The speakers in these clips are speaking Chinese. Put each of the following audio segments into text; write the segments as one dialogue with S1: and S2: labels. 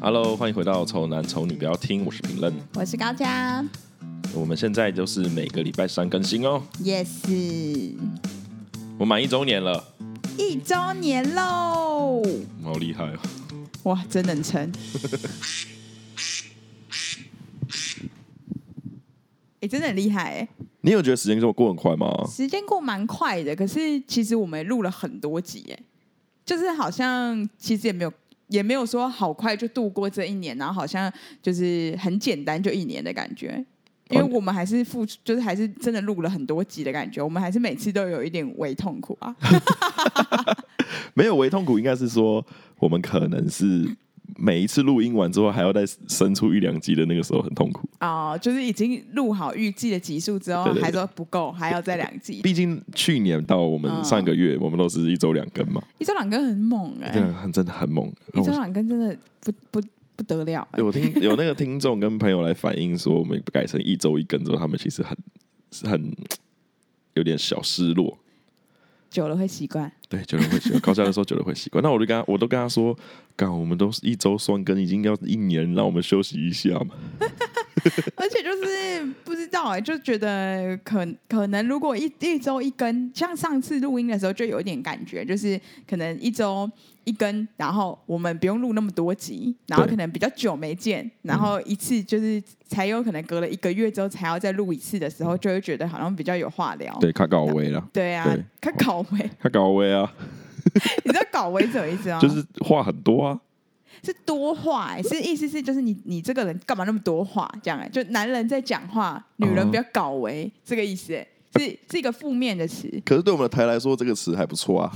S1: Hello，欢迎回到《丑男丑女不要听》，我是评论。
S2: 我是高嘉
S1: 我们现在就是每个礼拜三更新哦。
S2: ，Yes，
S1: 我满一周年了，
S2: 一周年喽！
S1: 好厉害哦！
S2: 哇，真能 撑！哎、真的很厉害哎、
S1: 你有觉得时间这么过很快吗？
S2: 时间过蛮快的，可是其实我们录了很多集哎、就是好像其实也没有也没有说好快就度过这一年，然后好像就是很简单就一年的感觉。因为我们还是付出，就是还是真的录了很多集的感觉，我们还是每次都有一点微痛苦啊。
S1: 没有为痛苦，应该是说我们可能是每一次录音完之后还要再生出一两集的那个时候很痛苦。
S2: 哦，就是已经录好预计的集数之后，
S1: 对对对
S2: 还说不够，还要再两集。
S1: 毕竟去年到我们
S2: 嗯
S1: 上个月，我们都是一周两更嘛，
S2: 一周两更很猛哎、
S1: 真的很真的很猛。哦
S2: 一周两更真的不不不得了、欸。
S1: 我听有那个听众跟朋友来反映说，我们改成一周一更之后，他们其实很是很有点小失落。
S2: 久了会习 惯，
S1: 对，九人会习惯。高校的时候九人会习惯。那我就跟他，我都跟他说，干，我们都是一周双更，已经要一年，让我们休息一下嘛。
S2: 而且就是不知道哎、就觉得可可能如果一一周一更，像上次录音的时候就有一点感觉，就是可能一周一更，然后我们不用录那么多集，然后
S1: 对
S2: 可能比较久没见，然后一次就是才有可能隔了一个月之后才要再录一次的时候，就会觉得好像比较有话聊。
S1: 对，卡高威啦，
S2: 对啊
S1: 对，
S2: 他搞 维，
S1: 卡高威啊，
S2: 你知道搞维什么意思吗？
S1: 就是话很多啊。
S2: 是多话、欸，是意思是就是你你这个人干嘛那么多话？这样、欸，就男人在讲话，女人不要搞维、这个意思、欸，是是一个负面的词。
S1: 可是对我们的台来说，这个词还不错 啊。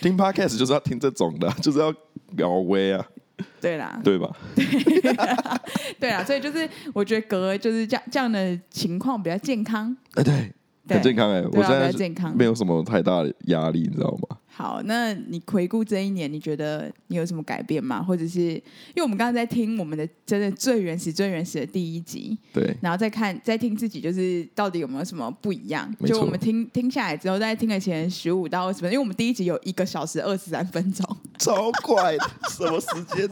S1: 听 podcast 就是要听这种的啊，就是要高威啊，
S2: 对啦，
S1: 对吧？
S2: 对啦，所以就是我觉得隔就是这样这样的情况比较健康。
S1: 哎，对，
S2: 对
S1: 很健康哎、我
S2: 对
S1: 现
S2: 啊，比
S1: 在
S2: 较
S1: 是
S2: 健康
S1: 没。有什么太大的压力，你知道吗？
S2: 好，那你回顾这一年，你觉得你有什么改变吗？或者是因为我们刚刚在听我们的真的最原始、最原始的第一集，
S1: 对，
S2: 然后再看再听自己，就是到底有没有什么不一样？
S1: 没错
S2: 就我们听听下来之后，大概听了前十五到二十分，因为我们第一集有一个小时二十三分钟，
S1: 超快的，什么时间？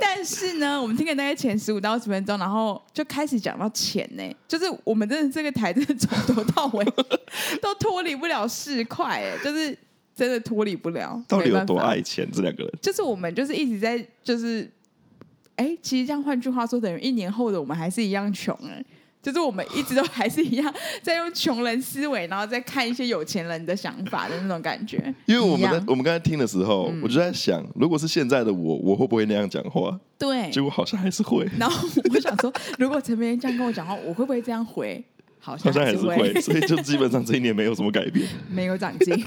S2: 但是呢，我们听了大概前十五到二十分钟，然后就开始讲到钱呢、就是我们真的这个台真的从头到尾 都脱离不了市侩、哎，就是真的脱离不了，
S1: 到底
S2: 没
S1: 有
S2: 办法
S1: 多爱钱？这两个人，
S2: 就是我们就是一直在就是，哎、其实这样换句话说，等于一年后的我们还是一样穷哎、就是我们一直都还是一样在用穷人思维，然后再看一些有钱人的想法的那种感觉。
S1: 因为我们
S2: 一样嗯
S1: 在我们刚才听的时候，我就在想，如果是现在的我，我会不会那样讲话？
S2: 对
S1: 结，果好像还是 会，
S2: 然后我想说，如果陈明这样跟我讲话，我会不会这样回？好
S1: 好
S2: 像
S1: 像还
S2: 还
S1: 是
S2: 是
S1: 会，
S2: 会
S1: 所以就基本上这一年没有什么改 变。
S2: 没有长 进。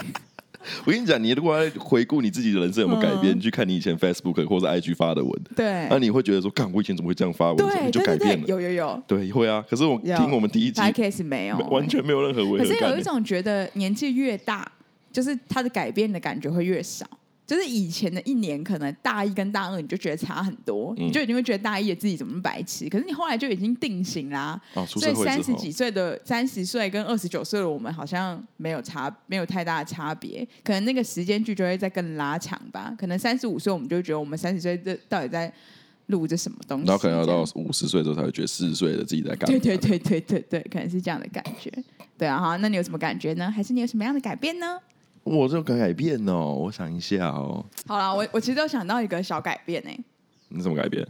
S1: 我跟你讲，你如果要回顾你自己的人生有没有改变，
S2: 嗯
S1: 你去看你以前 Facebook 或者 IG 发的文，
S2: 对
S1: 那，你会觉得说，干，我以前怎么会这样发文？
S2: 对，
S1: 啊你就
S2: 对
S1: 改
S2: 对
S1: 变
S2: 对，
S1: 了。
S2: 有有有
S1: 对，会啊。可是我
S2: 有
S1: 听我们第一集，
S2: ，Podcast 没有，
S1: 完全没有任何违
S2: 可
S1: 和
S2: 是有
S1: 感
S2: 一。种觉得年纪越大，就是他的改变的感觉会越少。就是以前的一年，可能大一跟大二你就觉得差很多，
S1: 嗯
S2: 你就已经会觉得大一的自己怎么那么白痴。可是你后来就已经定型啦、
S1: 哦，出
S2: 所
S1: 社
S2: 以
S1: 会
S2: 三
S1: 之
S2: 十
S1: 后，
S2: 几岁的三十岁跟二十九岁的我们好像没有差，没有太大的差别。可能那个时间距就会再更拉长吧。可能三十五岁我们就觉得我们三十岁这到底在录着什么东西？
S1: 然后可能要
S2: 这样
S1: 到五十岁之后才会觉得四十岁的自己在干嘛
S2: 对。对对对对对，可能是这样的感觉。对啊，好，那你有什么感觉呢？还是你有什么样的改变呢？
S1: 我这种改变哦，我想一下哦，
S2: 好啦，我我其实有想到一个小改变诶、
S1: 你怎么改变？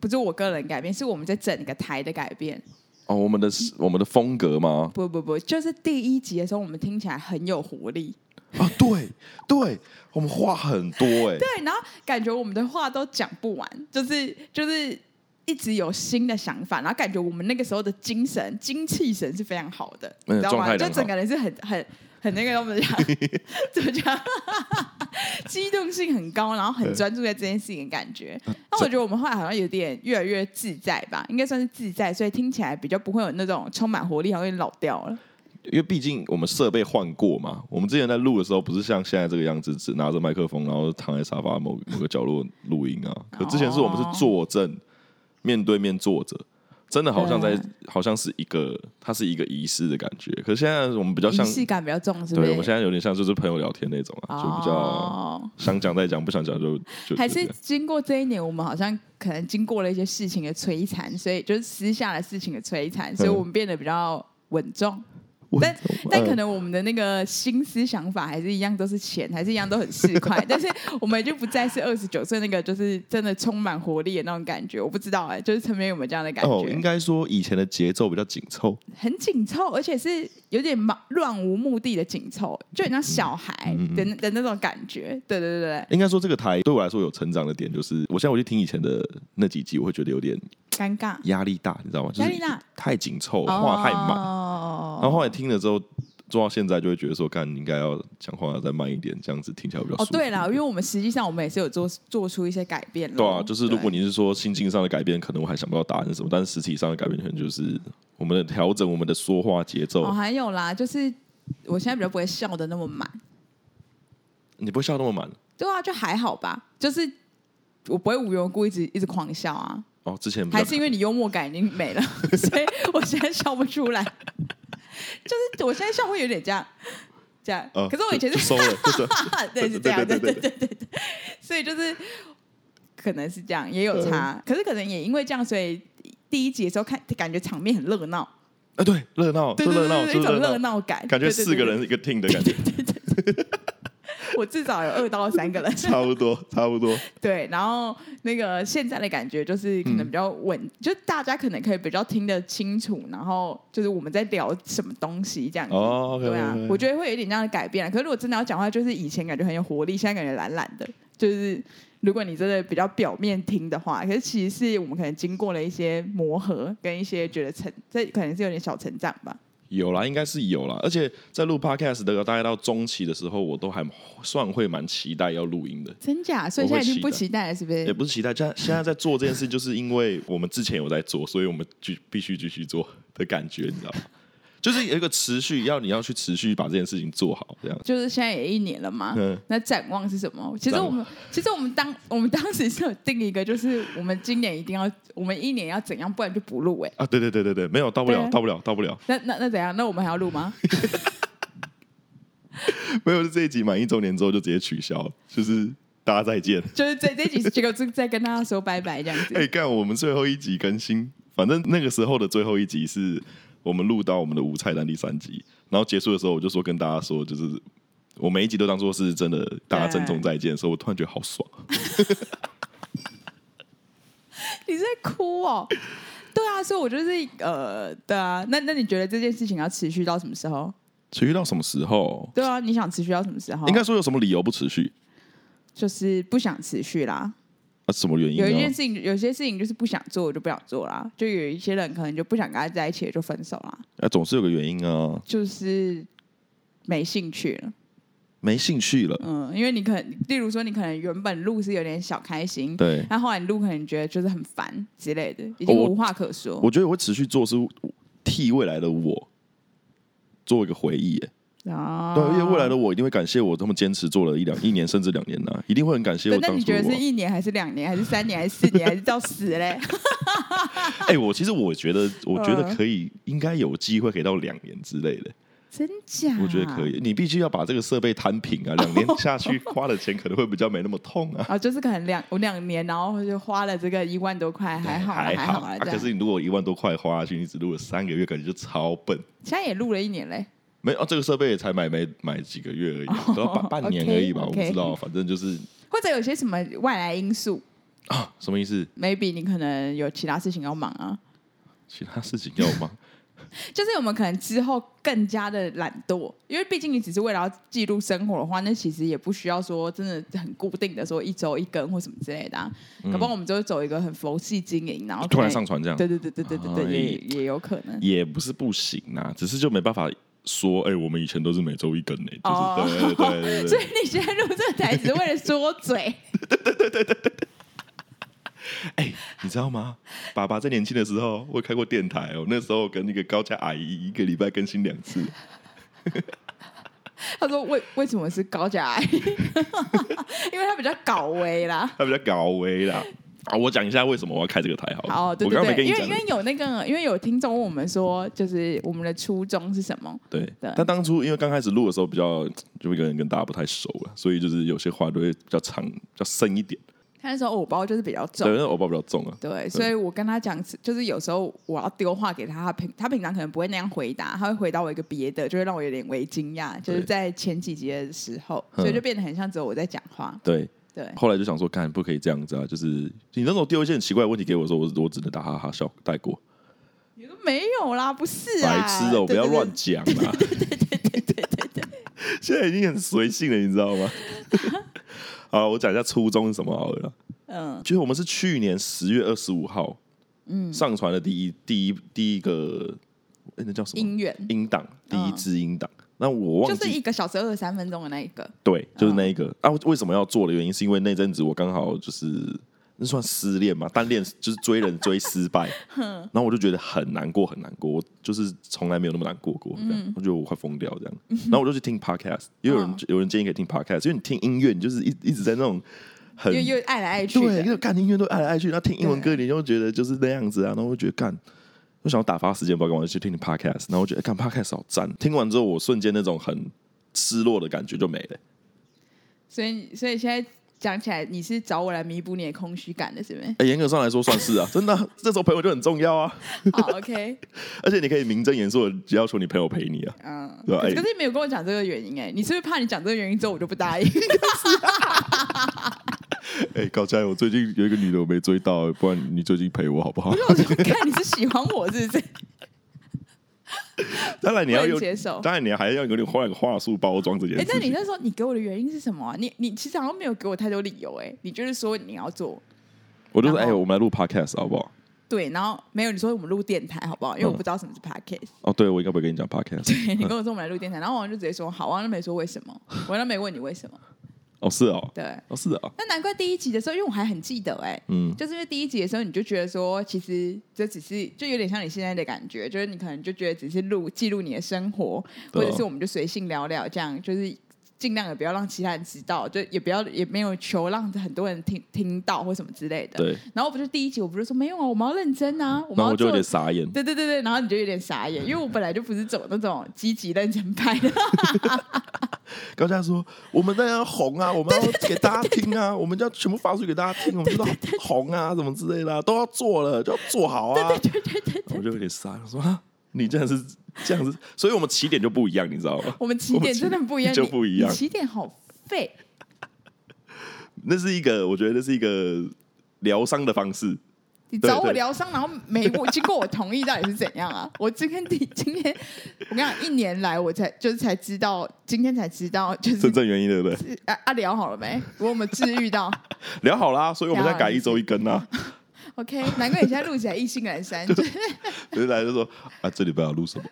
S2: 不是我个人改变，是我们在整个台的改变。
S1: 哦，我们的我们的风格吗？
S2: 不不不，就是第一集的时候，我们听起来很有活力，
S1: 啊，对对，我们话很多哎、
S2: 对，然后感觉我们的话都讲不完，就是就是一直有新的想法，然后感觉我们那个时候的精神精气神是非常好的，
S1: 嗯
S2: 你知道
S1: 状态
S2: 吗？
S1: 良
S2: 就
S1: 好
S2: 整个人是很很很那个怎么讲， 怎么讲，机动性很高，然后很专注在这件事情的感觉。
S1: 嗯
S2: 那我觉得我们后来好像有点越来越自在吧，应该算是自在，所以听起来比较不会有那种充满活力，好像有点老掉了。
S1: 因为毕竟我们设备换过嘛，我们之前在录的时候不是像现在这个样子，只拿着麦克风，然后躺在沙发某
S2: 哦
S1: 某个角落录音啊。可之前是我们是坐正，面对面坐着，真的好像在
S2: 对，
S1: 好像是一个，它是一个仪式的感觉。可是现在我们比较像
S2: 仪，式感比较重，是不是？
S1: 对，我们现在有点像就是朋友聊天那种啊，就比较
S2: 哦，
S1: 想讲再讲，不想讲就 就
S2: 还
S1: 就是这样
S2: 经过这一年，我们好像可能经过了一些事情的摧残，所以就是私下的事情的摧残，
S1: 嗯
S2: 所以我们变得比较稳重。但但可能我们的那个心思想法还是一样，都是钱，还是一样都很市 侩，但是我们就不再是二十九岁那个就是真的充满活力的那种感觉。我不知道哎、就是陈明有没有这样的感觉？
S1: 哦，应该说以前的节奏比较紧凑，
S2: 很紧凑，而且是有点忙乱无目的的紧凑，就很像小孩
S1: 嗯嗯嗯
S2: 的那的那种感觉。对对对对
S1: 应该说这个台对我来说有成长的点，就是我现在回去听以前的那几集，我会觉得有点
S2: 对，尴尬，
S1: 压力大，你知道吗？就
S2: 压
S1: 是
S2: 力大，
S1: 太紧凑，话太满。
S2: 哦
S1: 然后后来听了之后，做到现在就会觉得说，干你应该要讲话再慢一点，这样子听起来会比较
S2: 哦
S1: 舒服。
S2: 对了，因为我们实际上我们也是有做做出一些改变咯
S1: 对啊，就是如果
S2: 对
S1: 你是说心境上的改变，可能我还想不到答案是什么，但是实体上的改变可能就是我们的调整，我们的说话节奏。
S2: 哦还有啦，就是我现在比较不会笑的那么满，
S1: 你不会笑那么满
S2: 对啊，就还好吧，就是我不会无缘无故一直一直狂笑啊，
S1: 哦，之前比较
S2: 还是因为你幽默感已经 没了，所以我现在笑不出来。就是我现在笑会有点这样，这样。
S1: 呃，
S2: 可是我以前，
S1: 就是收了，就是
S2: 对，是这样，
S1: 对对
S2: 对对
S1: 对
S2: 对对对。所以就是可能是这样，也
S1: 嗯
S2: 有差。可是可能也因为这样，所以第一集的时候看感觉场面很热闹，
S1: 啊，对，热闹，
S2: 对
S1: 就
S2: 对
S1: 热
S2: 对
S1: 闹，
S2: 对，对
S1: 就
S2: 一种热
S1: 热闹，
S2: 闹 感，
S1: 感觉
S2: 对对对
S1: 四个
S2: 对
S1: 人一 个 team 的感 觉，
S2: 我至少有二到三个人。
S1: 差不多，差不多。
S2: 对，然后那个现在的感觉就是可
S1: 嗯
S2: 能比较稳，就大家可能可以比较听得清楚，然后就是我们在聊什么东西这样子。
S1: 哦，OK，
S2: 对啊
S1: OK，OK
S2: 我觉得会有一点这样的改变啊。可是如果真的要讲话，就是以前感觉很有活力，现在感觉懒懒的。就是如果你真的比较表面听的话，可是其实是我们可能经过了一些磨合，跟一些觉得成，这可能是有点小成长吧。
S1: 有啦，应该是有啦。而且在录 podcast 的大概到中期的时候，我都还算会蛮期待要录音的。
S2: 真假？所以
S1: 我
S2: 现
S1: 会
S2: 在已经
S1: 期
S2: 不
S1: 待
S2: 期待了，是不
S1: 也
S2: 是？
S1: 不是期待，现在现在在做这件事，就是因为我们之前有在做，所以我们继必须继续做的感觉，你知道吗？ 就是有一个持续，要你要去持续把这件事情做好，这样。
S2: 就是现在也一年了嘛。
S1: 嗯，
S2: 那展望是什么？其实我们，其实我们当 我们当时是有定一个，就是我们今年一定要，我们一年要怎样，不然就不录哎、
S1: 啊，对对对对对，没有到不
S2: 对
S1: 了，
S2: 啊
S1: 到不了，到不了，
S2: 那那那怎样？那我们还要录吗？
S1: 没有，就这一集满一周年之后就直接取消了，就是大家再见。
S2: 就是这这一集结果就再跟大家说拜拜这样子。
S1: 哎、干，我们最后一集更新，反正那个时候的最后一集是我们录到我们的无菜单第三集，然后结束的时候我就说跟大家说，就是我每一集都当做是真的，大家珍重再见的时候，我突然觉得好爽。
S2: 你在哭哦？对啊，所以我就是呃，对啊。那那你觉得这件事情要持续到什么时候？
S1: 持续到什么时候？
S2: 对啊，你想持续到什么时候？
S1: 应该说有什么理由不持续
S2: 就是不想持续啦。
S1: 啊？什么原因
S2: 有一件
S1: 呢？
S2: 事情，有些事情就是不想做，我就不想做啦。就有一些人可能就不想跟他在一起，就分手啦。
S1: 啊，总是有个原因啊，
S2: 就是没兴趣了。
S1: 没兴趣了。
S2: 嗯，因为你可能，例如说，你可能原本录是有点小开心，
S1: 对，哦
S2: 但后来你录可能觉得就是很烦之类的，已经
S1: 我
S2: 无话可说。
S1: 我觉得我会持续做是替未来的我做一个回忆耶。
S2: 啊，
S1: 对，因为未来的我一定会感谢我这么坚持做了一两一年甚至两年呐、一定会很感谢
S2: 对
S1: 我
S2: 那
S1: 当
S2: 你
S1: 初
S2: 觉
S1: 的
S2: 得
S1: 我
S2: 是。一年还是两年还是三年还是四年还是到死 嘞？
S1: 哎、我其实我觉得，我觉
S2: 嗯
S1: 得可以，应该有机会可以到两年之类的，
S2: 真假？
S1: 我觉得
S2: 啊
S1: 可。以。你必须要把这个设备摊平啊，两年下去花的钱可能会比较没那么痛啊。
S2: 啊，就是可能两我两年，然后就花了这个一万多块，还 好啦
S1: 还
S2: 还好
S1: 啊
S2: 啦。这
S1: 可
S2: 样
S1: 是你如果一万多块花下去，你只录了三个月，感觉就超笨。
S2: 现在也录了一年嘞，
S1: 没有、哦这个设备也才买没买几个月而已啊，都要半半年
S2: 哦 OK，
S1: 而已吧，我不
S2: OK
S1: 知道，啊反正就是
S2: 或者有些什么外来因素
S1: 啊，什么意思？
S2: ，maybe 你可能有其他事情要忙啊，
S1: 其他事情要忙，
S2: 就是我们可能之后更加的懒惰，因为毕竟你只是为了要记录生活的话，那其实也不需要说真的很固定的说一周一更或什么之类的、啊，搞不好我们就会走一个很佛系经营，然后
S1: 嗯突然
S2: 可
S1: 上
S2: 能
S1: 传这样哦
S2: 对对对对对对对，
S1: 哎
S2: 也也有可能。
S1: 也不是不行啊，只是就没办法说，哎、我们以前都是每周一更呢、
S2: 哦
S1: 就是、对对对对
S2: 所
S1: 对
S2: 以你现在录这个台只是为了说嘴，
S1: 哎你知道吗？爸爸在年轻的时候，我开过电台哦，那时候跟那个高家阿姨一个礼拜更新两次，
S2: 他说为为什么 是高甲癌？因为他比较搞微啦，
S1: 她比较搞微啦，啊，我讲一下为什么我要开这个台好了。
S2: 好，对
S1: 哦我刚刚
S2: 对
S1: 没
S2: 对，
S1: 跟你
S2: 因为
S1: 讲
S2: 因。为有那个，因为有听众问我们说，就是我们的初衷是什么？
S1: 对，
S2: 对
S1: 但当初因为刚开始录的时候比较，就会跟跟大家不太熟了，所以就是有些话都会比较长、比较深一点。
S2: 他那时候偶包就是比较
S1: 对，
S2: 重，
S1: 那欧巴比较重啊。
S2: 对，所以我跟他讲，就是有时候我要丢话给他，他平他平常可能不会那样回答，他会回答我一个别的，就会让我有点为惊讶。就是
S1: 对
S2: 在前几集的时候，
S1: 嗯
S2: 所以就变得很像只有我在讲话。
S1: 对，
S2: 对，
S1: 后来就想说，看不可以这样子啊！就是你那种丢一些很奇怪的问题给我的时候，我我只能打哈哈笑带过。
S2: 你说没有啦，不是 啊，
S1: 白痴哦，不
S2: 对
S1: 要
S2: 对
S1: 乱讲 啊！对对对对对对对，现在已经很随性了，你知道吗？ 好，我讲一下初衷是什么好了啦。
S2: 嗯
S1: 就是我们是去年十月二十五号，嗯，上传的第一第一第一个，诶那叫什么？
S2: 音源，
S1: 音档，第一
S2: 嗯
S1: 支音档。那我
S2: 就
S1: 忘
S2: 是
S1: 记
S2: 一个小时二十三分钟的那一个，
S1: 对，
S2: 嗯
S1: 就是那一个、啊。为什么要做的原因是因为那阵子我刚好就是那算失恋嘛，单恋就是追人追失 败，然后我就觉得很难过，很难过，我就是从来没有那么难过过，
S2: 嗯
S1: 这样、我觉得我快疯掉这样。然后我就去听 podcast，也有人、
S2: 哦
S1: 有人建议可以听 podcast，因为你听音乐，你就是一一直在那种很
S2: 因为又爱来爱去啊
S1: 对，
S2: 的
S1: 因，为干音乐都爱来爱去，然后听英文歌，你就会觉得就是那样子啊，然后我就觉得干。我想要打发时间，不知道干嘛，就去听听 podcast，然后我觉得哎干、podcast 好赞。听完之后，我瞬间那种很失落的感觉就没了、
S2: 所以所以现在讲起来，你是找我来弥补你的空虚感的，是 不是？
S1: 哎，严格上来说算是啊，真的啊、这时候朋友就很重要啊，
S2: 好，OK，
S1: 而且你可以名正言顺的要求你朋友陪你 啊。
S2: 嗯，
S1: 对啊
S2: 可是
S1: 哎
S2: 可是你没有跟我讲这个原因、哎，你是不是怕你讲这个原因之后我就不答应？
S1: 哎，高佳，我最近有一个女的我没追到，不然你最近陪我好不好？
S2: 我就看你是喜欢我是不是？
S1: 当然你要
S2: 不
S1: 有
S2: 能，接受。
S1: 当然你还要有点换个话术包装这件
S2: 哎、
S1: 事
S2: 但你
S1: 情。
S2: 那时候你给我的原因是什么啊、你你其实好像没有给我太多理由、哎，你就是说你要做
S1: 我就说，
S2: 然
S1: 哎，
S2: 后
S1: 我们来录 podcast 好不好？
S2: 对，然后没有你说我们录电台好不好？因为我
S1: 嗯
S2: 不知道什么是 podcast，、
S1: 哦，对，我应该不会跟你讲 podcast。
S2: 对你跟我说我们来录电台，然后王就直接说好，王都没说为什么，我都没问你为什么，
S1: 哦，是哦，
S2: 对。
S1: 哦，是哦，
S2: 那难怪第一集的时候，因为我还很记得哎、
S1: 嗯，
S2: 就是因为第一集的时候，你就觉得说，其实这只是就有点像你现在的感觉，就是你可能就觉得只是录记录你的生活，
S1: 对
S2: 或
S1: 啊
S2: 者是我们就随性聊聊这样，就是尽量也不要让其他人知道，就也不要也没有求让很多人听听到或什么之类的。
S1: 对。
S2: 然后我不是第一集，我不是说没有啊，我们要认真啊，我
S1: 然
S2: 们
S1: 后
S2: 要
S1: 我就有
S2: 做。
S1: 点傻眼，
S2: 对对对对，然后你就有点傻眼，因为我本来就不是走那种积极认真派的，
S1: 高佳说：“我们当然要红啊，我们要给大家听啊，我们就要全部发出给大家听，我们知道红啊，什么之类的啊、都要做了，就要做好啊。”对对对对，我就有点傻，我说：“啊，你这样是这样子，所以我们起点就不一样，你知道吗？
S2: 我们起
S1: 我们
S2: 点
S1: 起
S2: 真的不一样，
S1: 就
S2: 你
S1: 不一样
S2: 你起点好废。
S1: 那是一个，我觉得那是一个疗伤的方式。
S2: 你
S1: 对
S2: 找我
S1: 对
S2: 疗伤，然后没我经过我同意，到底是怎样 啊？我今天第今天，我跟你讲，一年来我才就是才知道，今天才知道，就
S1: 真
S2: 是
S1: 正原因对不对？
S2: 啊啊聊好了没？我有没有治愈到
S1: 聊好啦，所以我们
S2: 聊
S1: 现
S2: 好
S1: 在改一周一更啊。
S2: ？OK，难怪你现在录起来意兴阑珊。就是
S1: 就是来就说啊，这礼拜要录什么？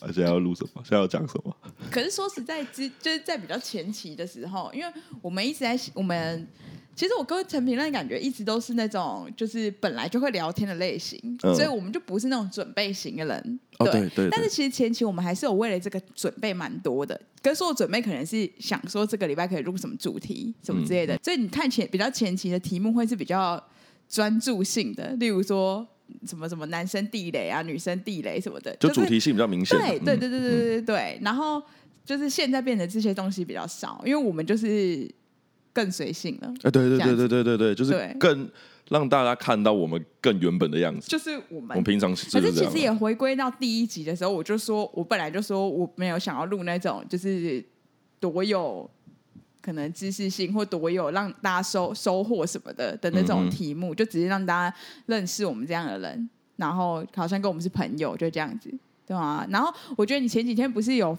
S1: 啊，现在要录什么？现在要讲什么？
S2: 可是说实在，之就是在比较前期的时候，因为我们一直在我们。其实我跟陈评论感觉一直都是那种，就是本来就会聊天的类型，
S1: 嗯
S2: 所以我们就不是那种准备型的人。
S1: 哦对对对
S2: 但是其实前期我们还是有为了这个准备蛮多的，跟说我准备可能是想说这个礼拜可以录什么主题什么之类的，
S1: 嗯
S2: 所以你看前比较前期的题目会是比较专注性的，例如说什么什么男生地雷啊、女生地雷什么的，
S1: 就是主题性比较明显啊。
S2: 对
S1: 嗯
S2: 对对对对对对对。然后就是现在变得这些东西比较少，因为我们就是更随性了，
S1: 哎，对对
S2: 这样
S1: 对
S2: 子
S1: 对对对对，就是
S2: 对
S1: 更让大家看到我们更原本的样子。
S2: 就是我
S1: 我
S2: 们
S1: 们。平常是
S2: 可
S1: 这
S2: 是其
S1: 样
S2: 实
S1: 啊，
S2: 也回归到第一集的时候，我就说，我本来就说我没有想要录那种就是多有可能知识性或多有让大家收收获什么的的那
S1: 嗯
S2: 种
S1: 嗯
S2: 题目，就只是让大家认识我们这样的人，然后好像跟我们是朋友，就这样子，对啊。然后我觉得你前几天不是有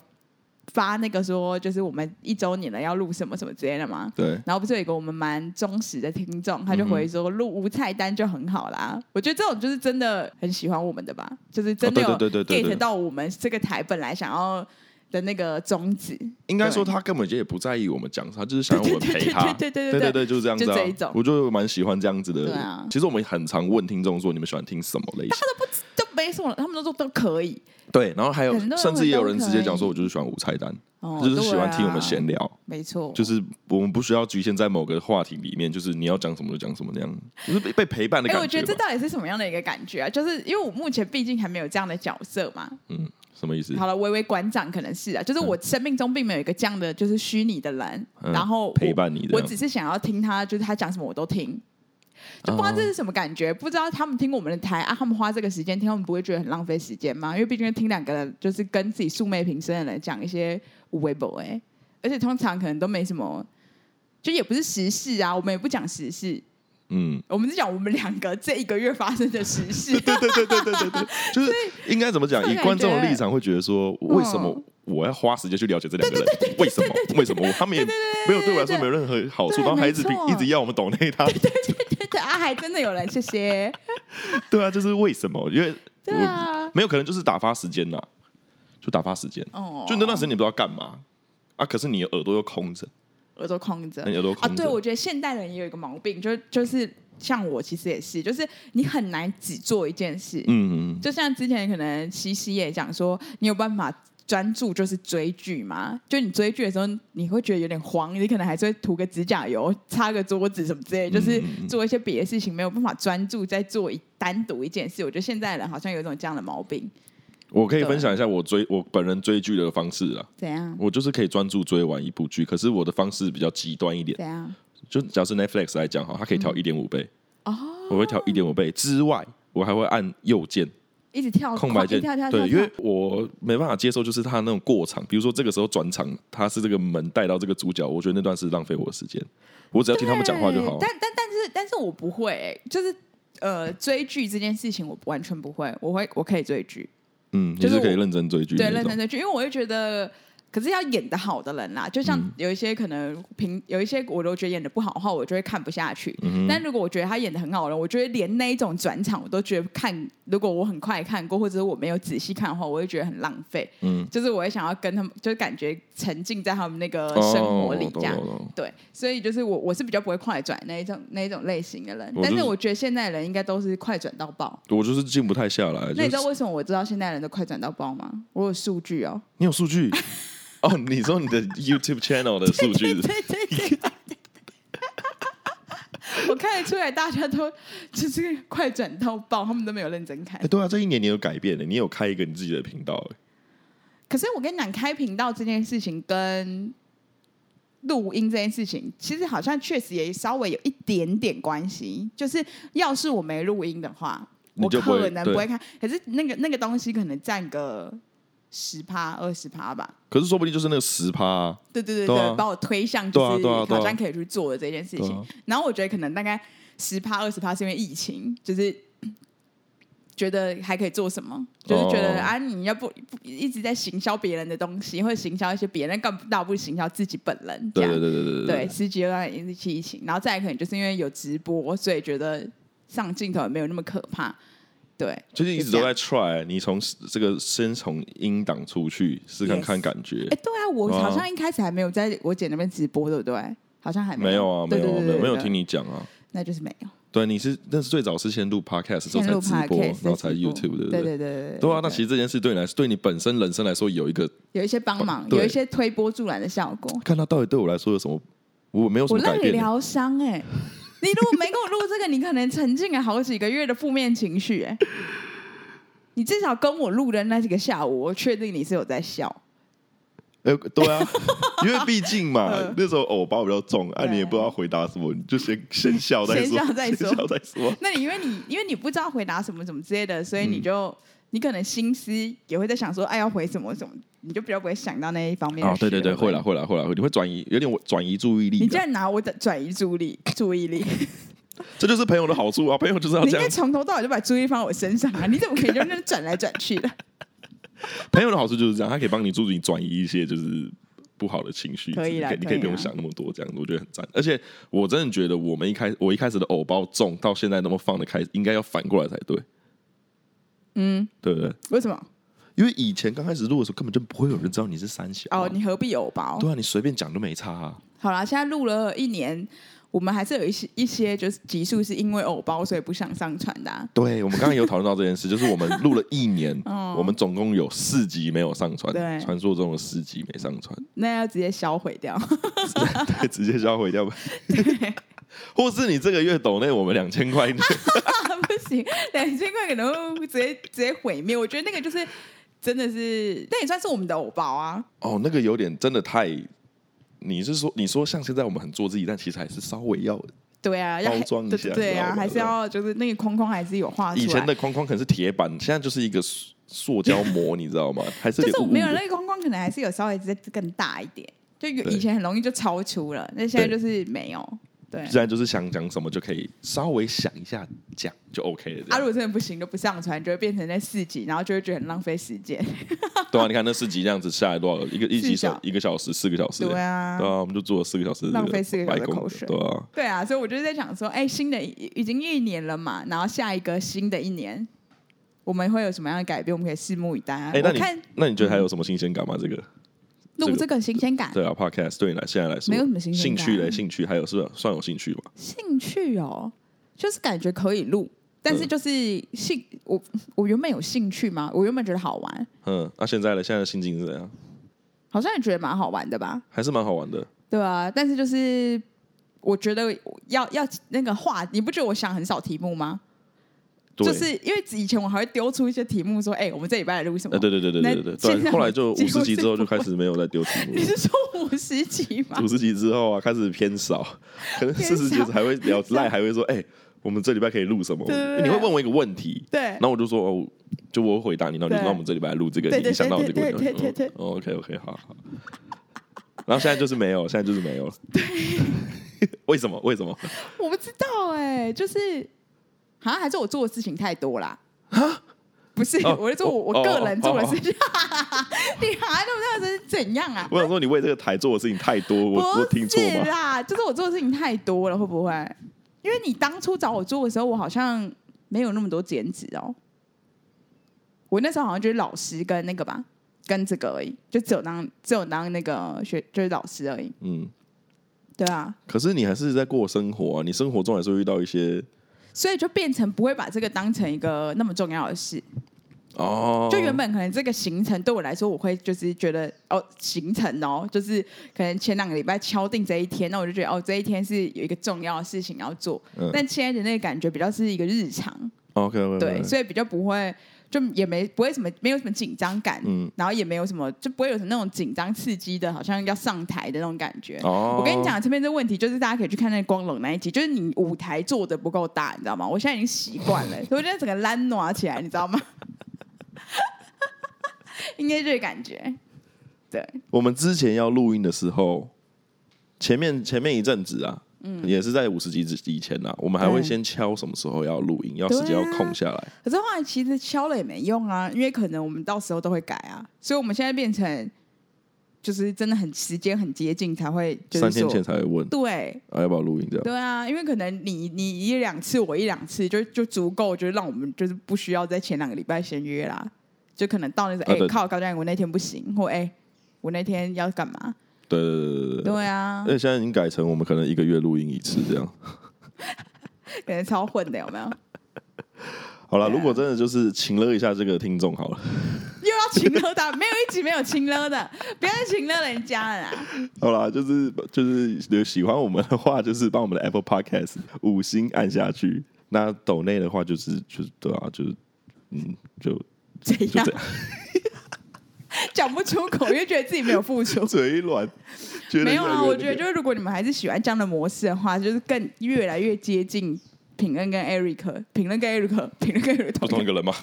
S2: 发那个说，就是我们一周年了要录什么什么之类的吗？
S1: 对，
S2: 然后不是有一个我们蛮忠实的听众，他就回说录无菜单就很好啦。我觉得这种就是真的很喜欢我们的吧，就是真的有
S1: 哦对对对对对对
S2: get 到我们这个台本来想要的那个宗旨，
S1: 应该说他根本就也不在意我们讲啥，他就是想要我们陪他。
S2: 对对对对对
S1: 对
S2: 对
S1: 对，就是这样子
S2: 就这一种
S1: 啊。我就蛮喜欢这样子的
S2: 对啊。
S1: 其实我们很常问听众说你们喜欢听什么类型？
S2: 都没什么，他们都说都可以。
S1: 对，然后还有
S2: 很多人
S1: 甚至也有人直接讲说
S2: 都可
S1: 我
S2: 以
S1: 就是喜欢无菜单。
S2: 哦，
S1: 就是喜欢
S2: 对啊
S1: 听我们闲聊，
S2: 没错，
S1: 就是我们不需要局限在某个话题里面，就是你要讲什么就讲什么那样，就是被被陪伴的感
S2: 哎、
S1: 觉吧。
S2: 我觉得这到底是什么样的一个感觉啊？就是因为我目前毕竟还没有这样的角色嘛。
S1: 嗯，什么意思？
S2: 好了，微微馆长可能是啊，就是我生命中并没有一个这样的就是虚拟的人，
S1: 嗯
S2: 然后我
S1: 陪伴你这
S2: 我
S1: 样
S2: 只是想要听他，就是他讲什么我都听，就
S1: 哦
S2: 不知道这是什么感觉，不知道他们听我们的台啊，他们花这个时间听，他们不会觉得很浪费时间吗？因为毕竟听两个人就是跟自己素昧平生的人讲一些无微博哎，而且通常可能都没什么，就也不是时事啊，我们也不讲时事，
S1: 嗯，
S2: 我们是讲我们两个这一个月发生的时事。
S1: 对对对对对对对，就是应该怎么讲？
S2: 这
S1: 以
S2: 种
S1: 观众的
S2: 感觉
S1: 立场会觉得说，为什么
S2: 嗯
S1: 我要花时间去了解这两个人？为什么？为什么？我他们也没有对我来说没有任何好处，
S2: 对
S1: 然后还一直
S2: 没错
S1: 一直要我们懂那他，
S2: 对 对啊，还真的有人，谢谢。
S1: 对啊，就是为什么？因为
S2: 对啊
S1: 我，没有可能就是打发时间呐，就打发时间，
S2: 哦，
S1: 就那段时间你不知道干嘛啊，可是你耳朵又空着，
S2: 耳朵空着，
S1: 你耳朵
S2: 啊，
S1: 空
S2: 对，
S1: 着，
S2: 我觉得现代人也有一个毛病，就就是像我其实也是，就是你很难只做一件事。
S1: 嗯嗯
S2: 就像之前可能西西也讲说，你有办法专注就是追剧吗？就你追剧的时候，你会觉得有点慌，你可能还是会涂个指甲油、擦个桌子什么之类的，就是
S1: 嗯嗯嗯
S2: 做一些别的事情，没有办法专注在做一单独一件事。我觉得现代人好像有一种这样的毛病，
S1: 我可以
S2: 对
S1: 分享一下我追我本人追剧的方式啊，
S2: 怎样？
S1: 我就是可以专注追完一部剧，可是我的方式比较极端一点。
S2: 怎样？
S1: 就假设 Netflix 来讲哈，它可以
S2: 嗯
S1: 调一点五倍哦，我会调一点五倍之外，我还会按右键
S2: 一直跳
S1: 空白键
S2: 一哦跳跳，跳
S1: 对，因
S2: 跳
S1: 为我没办法接受就是它那种过场，比如说这个时候转场，它是这个门带到这个主角，我觉得那段是浪费我的时间，我只要听他们讲话就好
S2: 对。但但但是但是我不会、欸，就是呃追剧这件事情我完全不会，我会我可以追剧，
S1: 嗯，你
S2: 就是
S1: 是可以
S2: 我
S1: 认真追剧
S2: 对
S1: 的
S2: 认
S1: 那
S2: 真
S1: 种。
S2: 追剧，因为我会觉得。可是要演的好的人啦，啊就像
S1: 嗯
S2: 有一些可能平有一些我都觉得演的不好的话，我就会看不下去。
S1: 嗯
S2: 但如果我觉得他演的很好的人，我觉得连那一种转场我都觉得看，如果我很快看过，或者是我没有仔细看的话，我会觉得很浪费。
S1: 嗯
S2: 就是我会想要跟他们，就是感觉沉浸在他们那个
S1: 哦
S2: 生活里这样。
S1: 懂懂懂
S2: 对，所以就是我我是比较不会快转那一种那一种类型的人，
S1: 我
S2: 但
S1: 就是是
S2: 我觉得现代人应该都是快转到爆。
S1: 我就是静不太下来。
S2: 那
S1: 就
S2: 你知道
S1: 是
S2: 为什么我知道现代人都快转到爆吗？我有数据哦。
S1: 你有数 据哦？你说你的 YouTube channel 的数 据是
S2: 对对对对。我看得出来，大家都就是快转到爆，他们都没有认真看
S1: 哎、。对啊，这一年你有改变的，你有开一个你自己的频道、欸，
S2: 可是我跟你讲，开频道这件事情跟录音这件事情，其实好像确实也稍微有一点点关系。就是要是我没录音的话，
S1: 你
S2: 我
S1: 就不会
S2: 可能
S1: 对
S2: 不会看。可是那个那个东西可能占个十趴、二十趴吧。
S1: 可是说不定就是那个十趴、啊，
S2: 对对对
S1: 对
S2: 对，
S1: 啊
S2: 把我推向就是
S1: 对啊对啊对啊
S2: 好像可以去做的这件事情。
S1: 对啊
S2: 然后我觉得可能大概十趴、二十趴是因为疫情，就是。 觉得还可以做什么？就是觉得、
S1: 哦
S2: 啊，你要不不一直在行销别人的东西，或者行销一些别人，干大不行销自己本人这
S1: 对
S2: 样。
S1: 对对对对
S2: 对，十几万引起疫情，然后再来可能就是因为有直播，所以觉得上镜头也没有那么可怕。对，
S1: 就是一直都在 try，你从这个先从音档出去试看
S2: Yes
S1: 看感觉
S2: 哎、对啊，我
S1: 哇
S2: 好像一开始还没有在我姐那边直播，对不对？好像还
S1: 没有啊，没
S2: 对
S1: 有啊，
S2: 对
S1: 没
S2: 对
S1: 有
S2: 对
S1: 没有
S2: 对
S1: 听你讲啊，
S2: 那就是没有。
S1: 对，你是那是最早是先录 podcast 之后
S2: 先
S1: 才
S2: 录
S1: 直播，然
S2: podcast，
S1: 后才
S2: 再直播
S1: YouTube，对不
S2: 对
S1: 对
S2: 对对对
S1: 对啊，那其实这件事对你来说，对你本身人生来说有一个，
S2: 有一些帮忙，
S1: 对
S2: 有一些推波助澜的效果。
S1: 看它到底对我来说有什么，我没有什
S2: 我
S1: 么改
S2: 让你
S1: 变的。
S2: 疗伤哎， 你如果没给我录这个，你可能沉浸了好几个月的负面情绪哎、你至少跟我录的那几个下午，我确定你是有在笑。
S1: 呃，对啊， 因为毕竟嘛
S2: 嗯，
S1: 那时候偶包比较重，啊，
S2: 对
S1: 你也不知道回答什么，你就先 先笑再说，
S2: 先笑再说
S1: 先笑再说。
S2: 那你因为你因为你不知道回答什么什么之类的，所以
S1: 嗯
S2: 你就、你可能心思也会在想说，哎，要回什么什么，你就比较不会想到那一方面的
S1: 啊，对对对，
S2: 学问
S1: 会啦会啦会啦，你会转移，有点转移注意力
S2: 你
S1: 的
S2: 竟，然拿我的转移注意力，注意力。
S1: 这就是朋友的好处啊，朋友就是要
S2: 你
S1: 这
S2: 应
S1: 样
S2: 该从头到尾就把注意力放在我身 上啊！你怎么可以就那样转来转去的？
S1: 朋友的好处就是这样，他可以帮你助你转移一些就是不好的情绪，
S2: 可以啦
S1: 你可以你可以
S2: 可以啦
S1: 不用想那么多，这样子我觉得很赞。而且我真的觉得我们一开我一开始的偶包重到现在那么放得开，应该要反过来才对，
S2: 嗯，
S1: 对不对？
S2: 为什么？
S1: 因为以前刚开始录的时候，根本就不会有人知道你是三小、啊、
S2: 哦哦，你何必有包？
S1: 对啊，你随便讲都没差、啊。
S2: 好啦，现在录了一年，我们还是有一些一些就是集数是因为偶包所以不想上传的、啊。
S1: 对，我们刚刚有讨论到这件事， 就是我们录了一年，
S2: 哦
S1: 我们总共有四集没有上传，
S2: 对
S1: 传说中的四集没上传，
S2: 那要直接销毁掉。
S1: 对，直接销毁掉吧。或是你这个月抖内我们两千块，
S2: 不行，两千块可能会直接直接毁灭。我觉得那个就是真的是，那也算是我们的偶包啊。
S1: 哦，那个有点真的太。你是说，你说像现在我们很做自己，但其实还是稍微要
S2: 对啊，要
S1: 包装一下
S2: 对对
S1: 知道
S2: 啊，
S1: 吧
S2: 还是要就是那个框框还是有画出来。啊
S1: 以前的框框可能是铁板，现在就是一个塑塑胶膜，你知道 吗？还是有
S2: 就是
S1: 点
S2: 我
S1: 雾
S2: 没有
S1: 雾的
S2: 那个框框，可能还是有稍微再更大一点。就有
S1: 对
S2: 以前很容易就超出了，那现在
S1: 对
S2: 就是没有。对，
S1: 现在就是想讲什么就可以稍微想一下讲就 OK 了这
S2: 啊，
S1: 样。
S2: 如果真的不行就不上传，就会变成那四集，然后就会觉得很浪费时间。
S1: 对啊，你看那四集这样子下来多少？一个一集
S2: 四小
S1: 小一个小时，四个小时。
S2: 对啊
S1: 对，我们就做了四个小时，
S2: 浪费四个小时的口水
S1: 对啊，
S2: 对啊，所以我就是在想说，哎、新的已已经一年了嘛，然后下一个新的一年，我们会有什么样的改变？我们可以拭目以待啊。
S1: 哎，那
S2: 我
S1: 你
S2: 看
S1: 那你觉得还有什么新鲜感吗？这个
S2: 录这个新鲜感、
S1: 对啊，Podcast 对你来现在来说
S2: 没有什么新鲜
S1: 兴
S2: 感
S1: 趣嘞，兴趣还有是吧算有兴趣吧？
S2: 兴趣哦，就是感觉可以录，但是就是兴我我原本有兴趣吗？我原本觉得好玩，
S1: 嗯，那现在呢？现在的心境是怎样？
S2: 好像也觉得蛮好玩的吧？
S1: 还是蛮好玩的。
S2: 对啊，但是就是我觉得要要那个话，你不觉得我想很少题目吗？
S1: 对
S2: 就是因为以前我还会丢出一些题目说，哎、我们这礼拜来录什么？
S1: 呃，对对对对对对
S2: 那现
S1: 对，
S2: 在
S1: 后来就
S2: 几
S1: 五
S2: 乎
S1: 十集
S2: 是
S1: 之后
S2: 不
S1: 就开始没有再丢题目了
S2: 你。是说五十集吗
S1: 五？十集之后啊，开始偏少，可能四
S2: 偏
S1: 十集
S2: 少
S1: 还会聊赖，还会说，哎、我们这礼拜可以录什么？
S2: 对对对
S1: 你会问我一个问题，
S2: 对
S1: 然，后我就说，哦，就我会回答你，然后你就
S2: 对
S1: 说，我们这礼拜录这个，
S2: 对
S1: 你
S2: 对
S1: 你想到我这个问题，
S2: 对对对对对
S1: 嗯哦，OK OK，好好。然后现在就是没有，现在就是没有了。 为什么？为什么？
S2: 我不知道哎、就是好像还是我做的事情太多啦。不是，
S1: 哦
S2: 我是说我
S1: 哦
S2: 我个人做的
S1: 哦哦
S2: 事情， 你还那么大是怎样啊？
S1: 我想说，你为这个台做的事情太多，我我
S2: 不
S1: 听错
S2: 是
S1: 吗？
S2: 啦，就是我做的事情太多了，会不会？因为你当初找我做的时候，我好像没有那么多兼职哦。我那时候好像就是老师跟那个吧，跟这个而已，就只有当只有当那个学就是老师而已。
S1: 嗯，
S2: 对啊，
S1: 可是你还是在过生活啊，你生活中还是会遇到一些
S2: 所以就变成不会把这个当成一个那么重要的事。
S1: 哦，
S2: 就原本可能这个行程对我来说，我会就是觉得哦，行程哦，就是可能前两个礼拜敲定这一天，那我就觉得哦，这一天是有一个重要的事情要做。
S1: 嗯
S2: 但现在的那个感觉比较是一个日常，
S1: OK OK，
S2: 对，所以比较不会，就也没不会什么没有什么紧张感，
S1: 嗯
S2: 然后也没有什么就不会有那种紧张刺激的，好像要上台的那种感觉。
S1: 哦，
S2: 我跟你讲，这边这问题就是大家可以去看那个光荣那一集，就是你舞台做的不够大，你知道吗？我现在已经习惯了，所以我现在整个懒挪起来，你知道吗？ 应该这个感觉，对，
S1: 我们之前要录音的时候，前面前面一阵子啊，嗯，也是在五十集之以前啊，我们还会
S2: 对
S1: 先敲什么时候要录音，要
S2: 对
S1: 时
S2: 啊
S1: 间要空下来。
S2: 可是后来其实敲了也没用啊，因为可能我们到时候都会改啊，所以我们现在变成就是真的很时间很接近才会，就是
S1: 三天
S2: 说
S1: 前才会问、
S2: 对
S1: 啊、要不要录音这样。
S2: 对啊，因为可能你你一两次，我一两次，就就足够，就是让我们就是不需要在前两个礼拜先约啦，就可能到那时候，
S1: 啊
S2: 哎、
S1: 对
S2: 靠，高教我那天不行，或哎、我那天要干嘛？
S1: 对对对对对对。
S2: 对 啊
S1: 而，且现在已经改成我们可能一个月录音一次这样。
S2: 感觉超混的，有没有？
S1: 好了，
S2: 对啊
S1: 如果真的就是请了一下这个听众好了。
S2: 又要请了的，没有一集没有请了的，不要再请了人家了啦。
S1: 好啦，就是就是有喜欢我们的话，就是帮我们的 Apple Podcast 五星按下去。那抖内的话，就是就是对啊，就是嗯，就
S2: 怎
S1: 就
S2: 样
S1: 这？样，
S2: 讲不出口，又觉得自己没有 付出。
S1: 嘴软。觉得
S2: 没有
S1: 越来
S2: 啊，
S1: 越
S2: 我
S1: 那
S2: 觉得
S1: 个
S2: 就是如果你们还是喜欢这样的模式的话，就是更越来越接近评论跟 Eric，评论跟 Eric，评论跟 Eric
S1: 不同一个人嘛。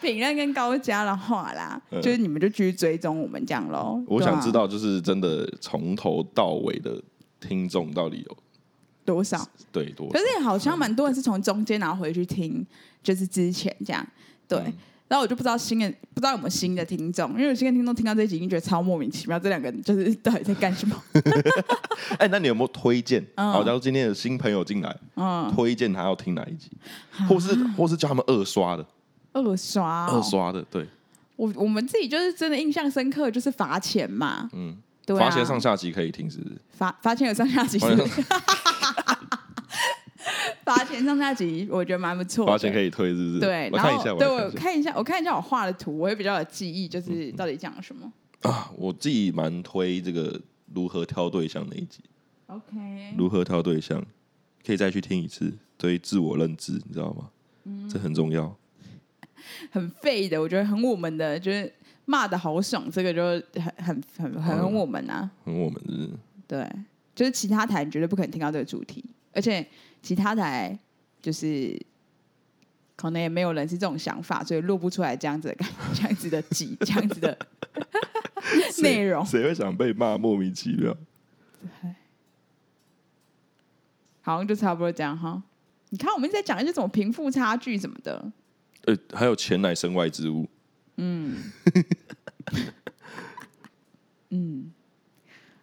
S2: 评论跟高家的话啦，
S1: 嗯
S2: 就是你们就继续追踪我们这样喽。
S1: 我
S2: 对啊
S1: 想知道，就是真的从头到尾的听众到底有
S2: 多少，
S1: 对多
S2: 可
S1: 少？
S2: 是好像蛮多人是从中间然后回去听，就是之前这样对。
S1: 嗯
S2: 然后我就不知道新的不知道有没有新的听众，因为有新的听众听到这一集已经觉得超莫名其妙，这两个人就是到底在干 什么？
S1: 哎，那你有没有推荐？
S2: 嗯
S1: 好，假如今天有新朋友进来，
S2: 嗯，啊
S1: 推荐他要听哪一集，或是或是叫他们二刷的，
S2: 哦二刷、哦，
S1: 二刷的，对，
S2: 我我们自己就是真的印象深刻，就是罚钱嘛，
S1: 嗯，
S2: 对、啊，
S1: 罚钱上下集可以听，是不是？
S2: 罚罚钱有上下集是
S1: 罚
S2: 不
S1: 钱
S2: 是，罚钱上下集，我觉得蛮不 错的。
S1: 罚钱可以退，是不是？
S2: 对，
S1: 我
S2: 然
S1: 看一
S2: 后
S1: 下，
S2: 对
S1: 我来
S2: 我
S1: 看一下嗯
S2: 看一下，我看一下我画的图，我会比较有记忆，就是到底讲了什么。
S1: 啊，我自己蛮推这个如何挑对象那一集，
S2: OK，
S1: 如何挑对象，可以再去听一次，对自我认知，你知道吗？这很重要。
S2: 很废的，我觉得很我们的，就是骂的好爽，这个就很很很很
S1: 嗯
S2: 很我们啊。
S1: 很我们是
S2: 对，就是其他台你绝对不可能听到这个主题，而且其他台就是可能也没有人是这种想法，所以录不出来这样子的感这样子的集，这样 子的内容。
S1: 谁会想被骂？莫名其妙。
S2: 好像就差不多这样哈。你看我们一直在讲一些什么贫富差距什么的，
S1: 呃，还有钱乃身外之物，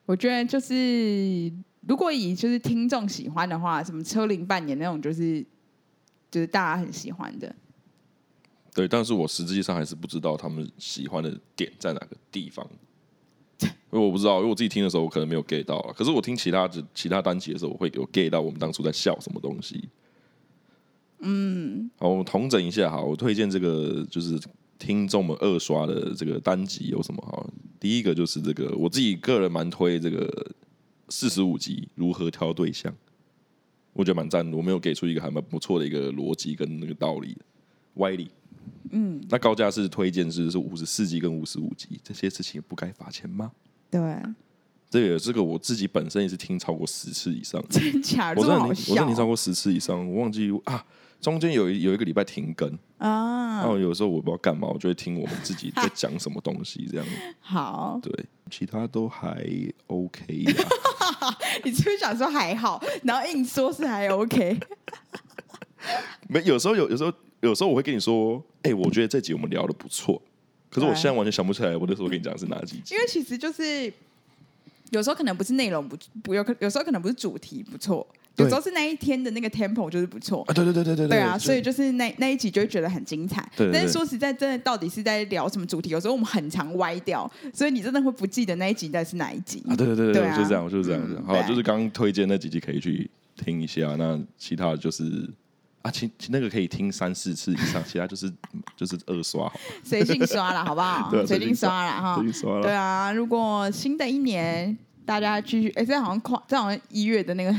S2: 我觉得就是如果以就是听众喜欢的话，什么车龄半年那种，就是就是大家很喜欢的。
S1: 对，但是我实际上还是不知道他们喜欢的点在哪个地方，因为我不知道，因为我自己听的时候我可能没有 get 到啊，可是我听其他其他单集的时候，我会有 get 到我们当初在笑什么东西。嗯，好，我们统整一下哈，我推荐这个就是听众们二刷的这个单集有什么哈？第一个就是这个我自己个人蛮推这个四十五集如何挑对象，我觉得蛮赞的，我没有给出一个还蛮不错的一个逻辑跟那个道理歪理。那高价是推荐是是五十四级跟五十五级，这些事情不该罚钱吗？
S2: 对，
S1: 这个这个我自己本身也是听超过十次以上，
S2: 真 假
S1: 我
S2: 这
S1: 真的
S2: 么
S1: 听
S2: 好
S1: 我真的听超
S2: 笑
S1: 过十次以上，我忘记啊，中间有一有一个礼拜停更，
S2: 嗯
S1: 然
S2: 啊！
S1: 后有时候我不知道干嘛，我就会听我们自己 在讲什么东西这样，
S2: 好，
S1: 对，其他都还 OK 啊啦，
S2: 你是不是想说还好，然后硬说是还 OK？
S1: 没有时候有有时候有时候我会跟你说，哎、我觉得这集我们聊的不错，可是我
S2: 对
S1: 现在完全想不起来我那时候跟你讲的是哪几集
S2: 因，为其实就是有时候可能不是内容不不有可有时候可能不是主题不错，
S1: 对
S2: 有时候是那一天的那个 tempo 就是不错。
S1: 啊，对对对对对
S2: 对啊，所以
S1: 就
S2: 就是那那一集就会觉得很精彩。
S1: 对对对
S2: 但是说实在，真的到底是在聊什么主题？有时候我们很常歪掉，所以你真的会不记得那一集到底是哪一集。
S1: 啊，对对对
S2: 对
S1: 对，
S2: 啊
S1: 我就这样，我就是这样。
S2: 嗯
S1: 这样
S2: 对
S1: 好，
S2: 啊
S1: 就是刚刚推荐那几集可以去听一下，那其他的就是啊，其其那个可以听三四次以上，其他就是就是二刷好，
S2: 随性刷了，好不好
S1: 对？啊
S2: 随
S1: 随性
S2: 性
S1: 刷
S2: 刷了哈
S1: 最。近刷
S2: 对
S1: 了。
S2: 啊，如果新的一年大家继续，哎、这好像跨，这好像一月的那个，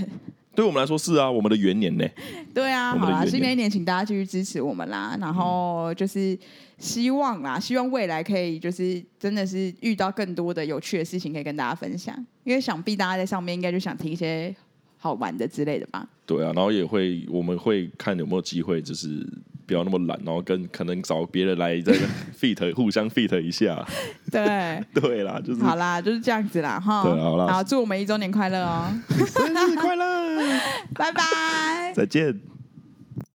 S1: 对我们来说是啊，我们的元年呢，
S2: 对啊，
S1: 我们
S2: 好
S1: 的嗯
S2: 啦，
S1: 元年
S2: 新的一年请大家继续支持我们啦。然后就是希望啦，希望未来可以就是真的是遇到更多的有趣的事情可以跟大家分享，因为想必大家在上面应该就想听一些好玩的之类的吧。
S1: 对啊，然后也会我们会看有没有机会，就是不要那么懒，然后跟可能找别人来在 fit 互相 fit 一下。
S2: 对，
S1: 对啦，就是
S2: 好啦，就是这样子啦哈。
S1: 对啊好啦
S2: 祝我们一周年快乐哦，
S1: 生日快乐，
S2: 拜拜。
S1: 再见。